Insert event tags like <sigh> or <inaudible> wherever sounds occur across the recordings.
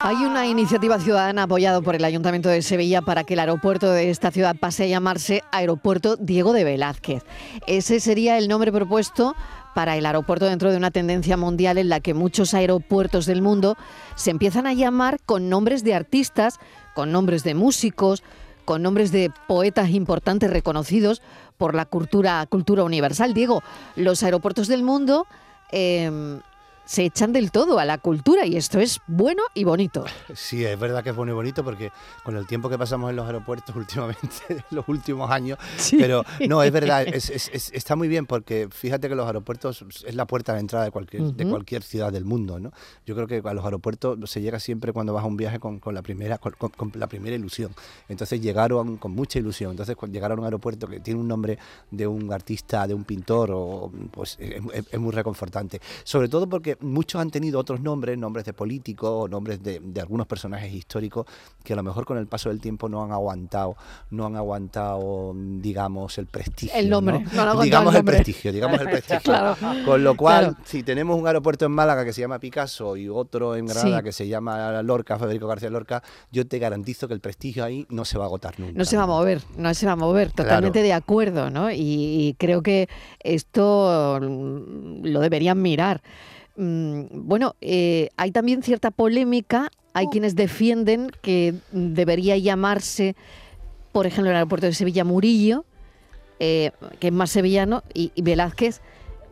Hay una iniciativa ciudadana apoyada por el Ayuntamiento de Sevilla para que el aeropuerto de esta ciudad pase a llamarse Aeropuerto Diego de Velázquez. Ese sería el nombre propuesto para el aeropuerto dentro de una tendencia mundial en la que muchos aeropuertos del mundo se empiezan a llamar con nombres de artistas, con nombres de músicos, con nombres de poetas importantes reconocidos por la cultura, cultura universal. Diego, los aeropuertos del mundo... em, se echan del todo a la cultura y esto es bueno y bonito. Sí, es verdad que es bueno y bonito porque con el tiempo que pasamos en los aeropuertos <laughs> últimamente, los últimos años, pero no, es verdad, es- es- es- está muy bien porque fíjate que los aeropuertos es la puerta de entrada de cualquier, de Ujú. cualquier ciudad del mundo, ¿no? Yo creo que a los aeropuertos se llega siempre cuando vas a un viaje con, con la, primera, con, con- con la primera ilusión, entonces llegaron con mucha ilusión, entonces cuando llegar a un aeropuerto que tiene un nombre de un artista, de un pintor, o, pues es, es- es muy reconfortante, sobre todo porque muchos han tenido otros nombres, nombres de políticos, o nombres de, de algunos personajes históricos que a lo mejor con el paso del tiempo no han aguantado, no han aguantado, mm, digamos, el prestigio. El nombre, ¿no? no han aguantado digamos el el, nombre. prestigio, digamos <laughs> el prestigio. Claro. Con lo cual, Claro. si tenemos un aeropuerto en Málaga que se llama Picasso y otro en Granada Sí. que se llama Lorca, Federico García Lorca, yo te garantizo que el prestigio ahí no se va a agotar nunca. No se va a mover, no se va a mover, totalmente de acuerdo, ¿no? Y, y creo que esto mm, lo deberían mirar. Mm, Bueno, eh, hay también cierta polémica, hay quienes defienden que debería llamarse, por ejemplo, el aeropuerto de Sevilla Murillo, eh, que es más sevillano, y, y Velázquez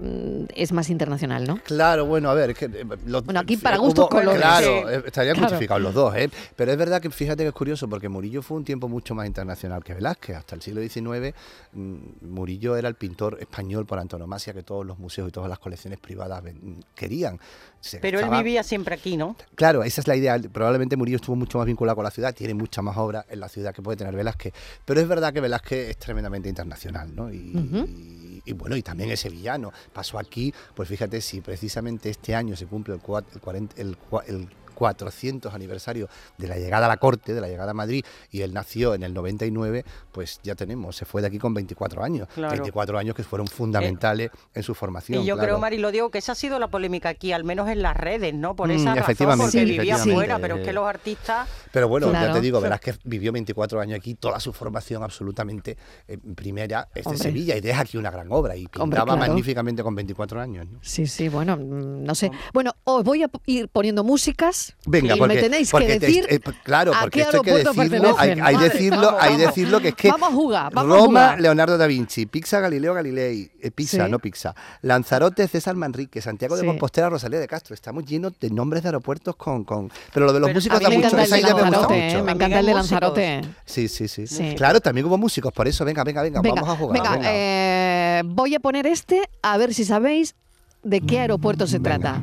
mm, es más internacional, ¿no? Claro, bueno, a ver, es que, eh, los- Bueno, aquí fí- para gustos colores. Claro, eh, estarían Claro. justificados los dos, ¿eh? Pero es verdad que fíjate que es curioso, porque Murillo fue un tiempo mucho más internacional que Velázquez. Hasta el siglo XIX, mm, Murillo era el pintor español por antonomasia que todos los museos y todas las colecciones privadas ven- querían. Se Pero él gastaba- vivía siempre aquí, ¿no? Claro, esa es la idea. Probablemente Murillo estuvo mucho más vinculado con la ciudad, tiene muchas más obras en la ciudad que puede tener Velázquez. Pero es verdad que Velázquez es tremendamente internacional, ¿no? Y, Ujú. y- y bueno, y también es sevillano. Pasó aquí, pues fíjate, si precisamente este año se cumple el, cua- el, 40 el cua- el 400 aniversario de la llegada a la corte, de la llegada a Madrid, y él nació en el 99, pues ya tenemos, se fue de aquí con 24 años. Claro. Eh, 24 años que fueron fundamentales en su formación. Y yo claro. creo, Mari, lo digo, que esa ha sido la polémica aquí, al menos en las redes, ¿no? Por Mm, esa razón, efectivamente, porque sí, vivía efectivamente. afuera, pero es que los artistas... Pero bueno, Claro. ya te digo, verás que vivió 24 años aquí, toda su formación absolutamente eh, primera es de Hombre. Sevilla y deja aquí una gran obra y pintaba Hombre, claro. magníficamente con 24 años. ¿no? Sí, sí, bueno, mm, no sé. Bueno, os voy a p- ir poniendo músicas Venga, y porque, me tenéis porque que te- decir eh, p- claro, a porque qué esto hay que aeropuerto decirlo, hay, pertenecen. hay Madre, decirlo, vamos, hay vamos. decirlo que es que Vamos a jugar, vamos a Roma, jugar. Leonardo da Vinci, Pizza, Galileo Galilei, eh, Pizza, Sí. no Pizza, Lanzarote, César Manrique, Santiago Sí. de Compostela, Rosalía de Castro. Estamos llenos de nombres de aeropuertos con, con... pero lo de los Pero músicos a mí da me me mucho, encanta el esa de idea me gusta Lanzarote, mucho. eh, me encanta el de Amigos Lanzarote. Sí, sí, sí, Sí. Claro, también hubo músicos, por eso, venga, venga, venga, Venga, vamos a jugar. venga, venga. eh, voy a poner este a ver si sabéis de qué aeropuerto se Venga. trata.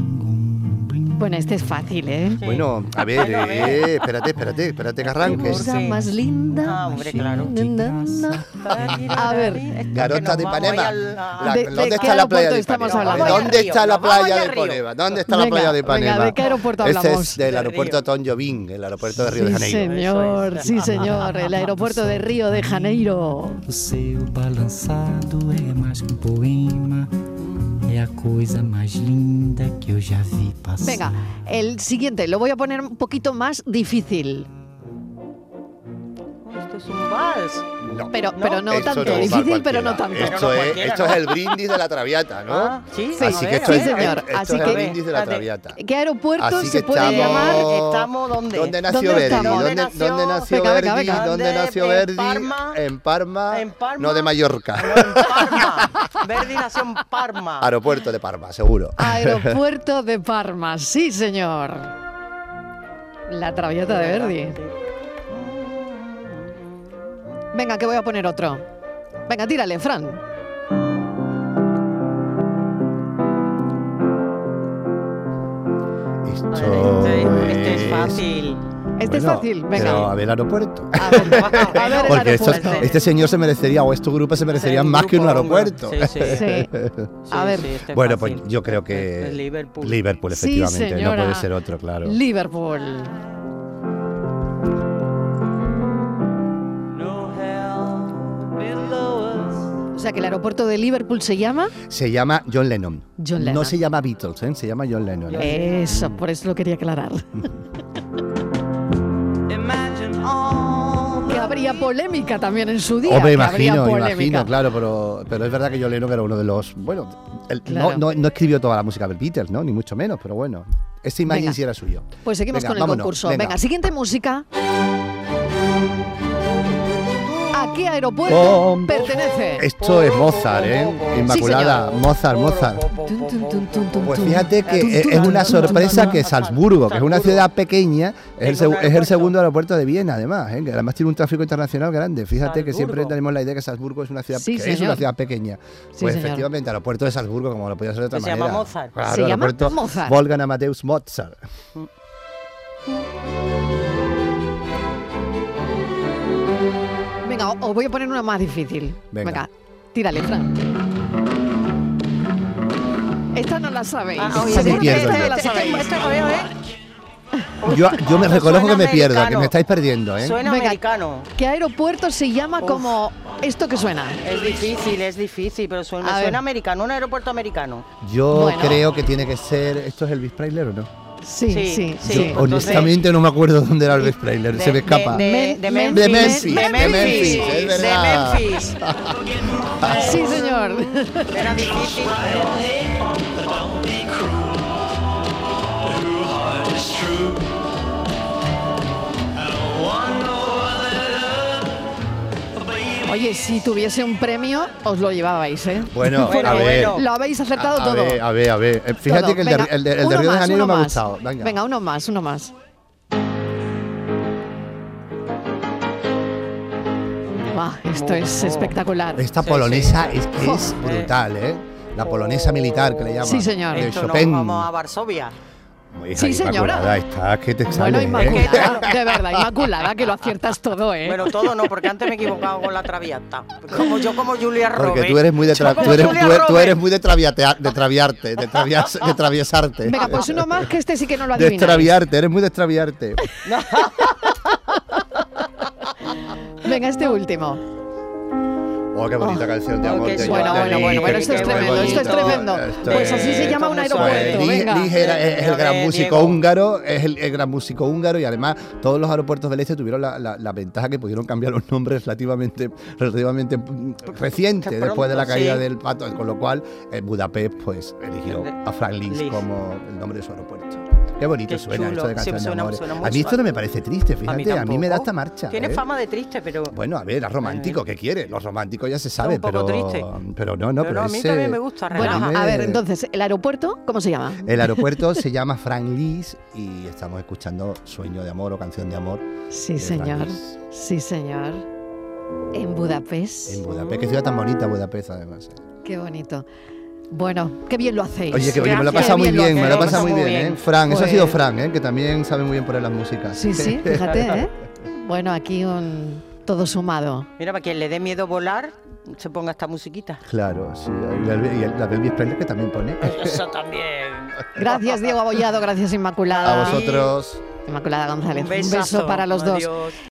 Bueno, este es fácil, ¿eh? Sí. Bueno, a ver, Bueno, a ver. eh, espérate, espérate, espérate que arranque. Sí. Cosa más linda. Ah, hombre, claro. Na, na, na. A ver. Esto que Garota nos de vamos Ipanema. ahí al- a- La- ¿De- de ¿Dónde qué está la playa aeropuerto de estamos Ipanema? hablando? ¿Dónde Vamos está al la río, playa vamos de al río. Ipanema? ¿Dónde está la Venga, playa de venga, Ipanema? ¿de qué aeropuerto Ese hablamos? es del Del aeropuerto río. Tom Jovín, el aeropuerto de Río de Sí, Janeiro. ¿eh? señor, Eso sí, señor. <laughs> El aeropuerto de Río de Janeiro. O seu balançado é mais que um poema, é a coisa mais linda que eu já vi passar. Venga, el siguiente lo voy a poner un poquito más difícil. Oh, Esto es un vals. No, Pero, No, pero no eso tanto. va difícil, pero cualquiera. no tanto. Pero Esto, no es, cualquiera, esto ¿no? es el brindis de la Traviata, ¿no? Ah, sí, Sí, Así a que ver, esto a es, sí, ver. señor. esto es Así el que- brindis de la Espérate. Traviata. ¿Qué aeropuerto Así se que puede estamos- llamar? <laughs> ¿Estamos dónde? ¿Dónde nació ¿Dónde Verdi? estamos? ¿Dónde, ¿Dónde dónde nació nació? Venga, Verdi? venga, venga. ¿Dónde ¿Dónde? nació ¿En Verdi? Parma? En Parma. ¿En Parma? Ah, No de Mallorca. En Parma. <laughs> <laughs> Verdi nació en Parma. Aeropuerto de Parma, seguro. Aeropuerto de Parma, sí señor. La traviata de Verdi. Venga, que voy a poner otro. Venga, tírale, Fran. Esto Este, este Pues- es fácil. Este es Bueno, fácil, Pero venga. a ver, aeropuerto. A <laughs> ver, a ver el Porque estos- aeropuerto. este señor se merecería, o este grupo se merecerían más que un aeropuerto. Sí, sí. Sí. Sí, A ver, sí, este es Bueno, pues fácil. yo creo Es- que. es Liverpool. Liverpool, Sí, efectivamente. no señora. puede ser otro, <laughs> claro. Liverpool. sea que el aeropuerto de Liverpool se llama. Se llama John Lennon. John Lennon. No se llama Beatles, ¿eh? se llama John Lennon. Eso, por eso lo quería aclarar. que habría polémica también en su día. Hombre, que habría imagino, polémica. imagino, claro, pero, pero es verdad que John Lennon era uno de los. Bueno, el- Claro. no, no- no escribió toda la música de Beatles, ¿no? Ni mucho menos, pero bueno. Este imagen Venga. sí era suyo. Pues seguimos Venga, con el vámonos, concurso. Venga. venga. siguiente música. ¿A qué aeropuerto Bom, pertenece? Esto es Mozart, ¿eh? Inmaculada, Mozart, Mozart. Tun, tun, tun, tun, tun, Pues tun. fíjate que Tun, es- tun, es tun, una tun, tun, sorpresa tun. que Salzburgo, que es una ciudad pequeña, es el, Tengo un segu- es el aeropuerto. segundo aeropuerto de Viena, además, ¿eh? que además tiene un tráfico internacional grande. Fíjate que siempre Salzburgo. tenemos la idea que Salzburgo es una ciudad, Sí, que es señor. una ciudad pequeña. Sí, Pues señor. efectivamente, aeropuerto de Salzburgo, como lo podía ser de otra Se manera. llama Mozart. Claro, Se llama aeropuerto Mozart. Wolfgang Amadeus Mozart. Venga, os voy a poner una más difícil. Venga, Venga. tírale, Fran. Esta no la sabéis. Ah, oye, Sí, Seguro que pierdo esta no este yo. la sabéis. ¿eh? Yo, yo me Esto reconozco que Pues suena me pierdo, que americano. me estáis perdiendo, ¿eh? Suena Venga. americano. ¿Qué aeropuerto se llama Uf. como esto que suena? Es difícil, es difícil, pero A suena, ver. suena americano, un aeropuerto americano. Yo Bueno. creo que tiene que ser. ¿Esto es Elvis Preisler o no? Sí, sí, sí. Sí, sí. Yo entonces- honestamente no me acuerdo dónde era Elvis Preisler, se me escapa. De, de- de Men- Memphis. De Memphis, De de Memphis. Memphis, es de verdad. Memphis. Sí, señor. Era difícil. Oye, si tuviese un premio, os lo llevabais, ¿eh? Bueno, Bueno, a ver. bueno. Lo habéis acertado a, a todo. ver, a ver, a ver. Eh, Fíjate Todo. que el de, Venga, el de- el de uno Río de más, Janeiro uno me ha más. gustado. Venga. Venga, uno más, uno más. Buah, esto es espectacular. Esta Sí, polonesa sí. es que es Jo. brutal, ¿eh? La polonesa militar que le llaman. Oh. Sí, señor. Ah, De Esto nos Chopin. vamos a Varsovia. Hija, Sí, señora. Inmaculada, estás que te Bueno, sale, ¿eh? Inmaculada, <laughs> de verdad, Inmaculada, que lo aciertas todo, ¿eh? Bueno, todo no, porque antes me he equivocado con la <laughs> traviata. Como yo, como Julia Roberts. Porque tú eres muy de, Yo tra- como tú eres, Julia tú- tú Roberts. eres muy de, traviatea- de traviarte, de, travias- de traviesarte. eh, Venga, pues uno más, que este sí que no lo De adivináis. extraviarte, eres muy de extraviarte. Venga, este último. Oh, qué bonita canción de Oh, amor. qué de bueno, Joan bueno, Delí, bueno, bueno, esto qué es tremendo, bonito. esto es tremendo. Pues así se llama un esto aeropuerto, es. Li- venga. Ligera es el gran Venga, músico Diego. húngaro, es el, el gran músico húngaro y además todos los aeropuertos del este tuvieron la, la- la ventaja que pudieron cambiar los nombres relativamente, relativamente mm, reciente Que después de la pronto, caída sí. del pato, con lo cual eh, Budapest pues eligió a Frank Liszt Liszt. como el nombre de su aeropuerto. Qué bonito Qué suena chulo, esto de sí, pues canción de suena- amores. suena muy a mí esto no suave. me parece triste, A mí fíjate, a mí, me da tampoco. esta marcha. Tiene ¿eh? fama de triste, pero. Bueno, a ver, era romántico, ¿qué quiere? Los románticos ya se sabe, un poco pero, triste. pero no, no, pero, Pero no, a mí ese- también me gusta, Bueno, Relaja. a ver, entonces, ¿el aeropuerto cómo se llama? El aeropuerto se llama Frank Lis y estamos escuchando Sueño de amor o Canción de amor Sí, de señor. Franz. Sí, señor. En en Budapest. Budapest. Qué ciudad tan bonita Budapest, además. ¿eh? Qué bonito. Bueno, qué bien lo hacéis. Oye, que bien, me lo he qué pasado muy lo bien, me lo he hacéis. pasado muy bien, ¿eh? Fran, eso ha Pues- sido Fran, ¿eh? Que también sabe muy bien poner las músicas. Sí, sí, <laughs> fíjate, ¿eh? Bueno, aquí un todo sumado. Mira, para quien le dé miedo volar, se ponga esta musiquita. Claro, sí. Y la, y la de Elvis Presley que también pone. Eso también. Gracias, Diego Abollado, gracias, A Inmaculada. vosotros. Inmaculada González. Un, Un beso para los dos. dos.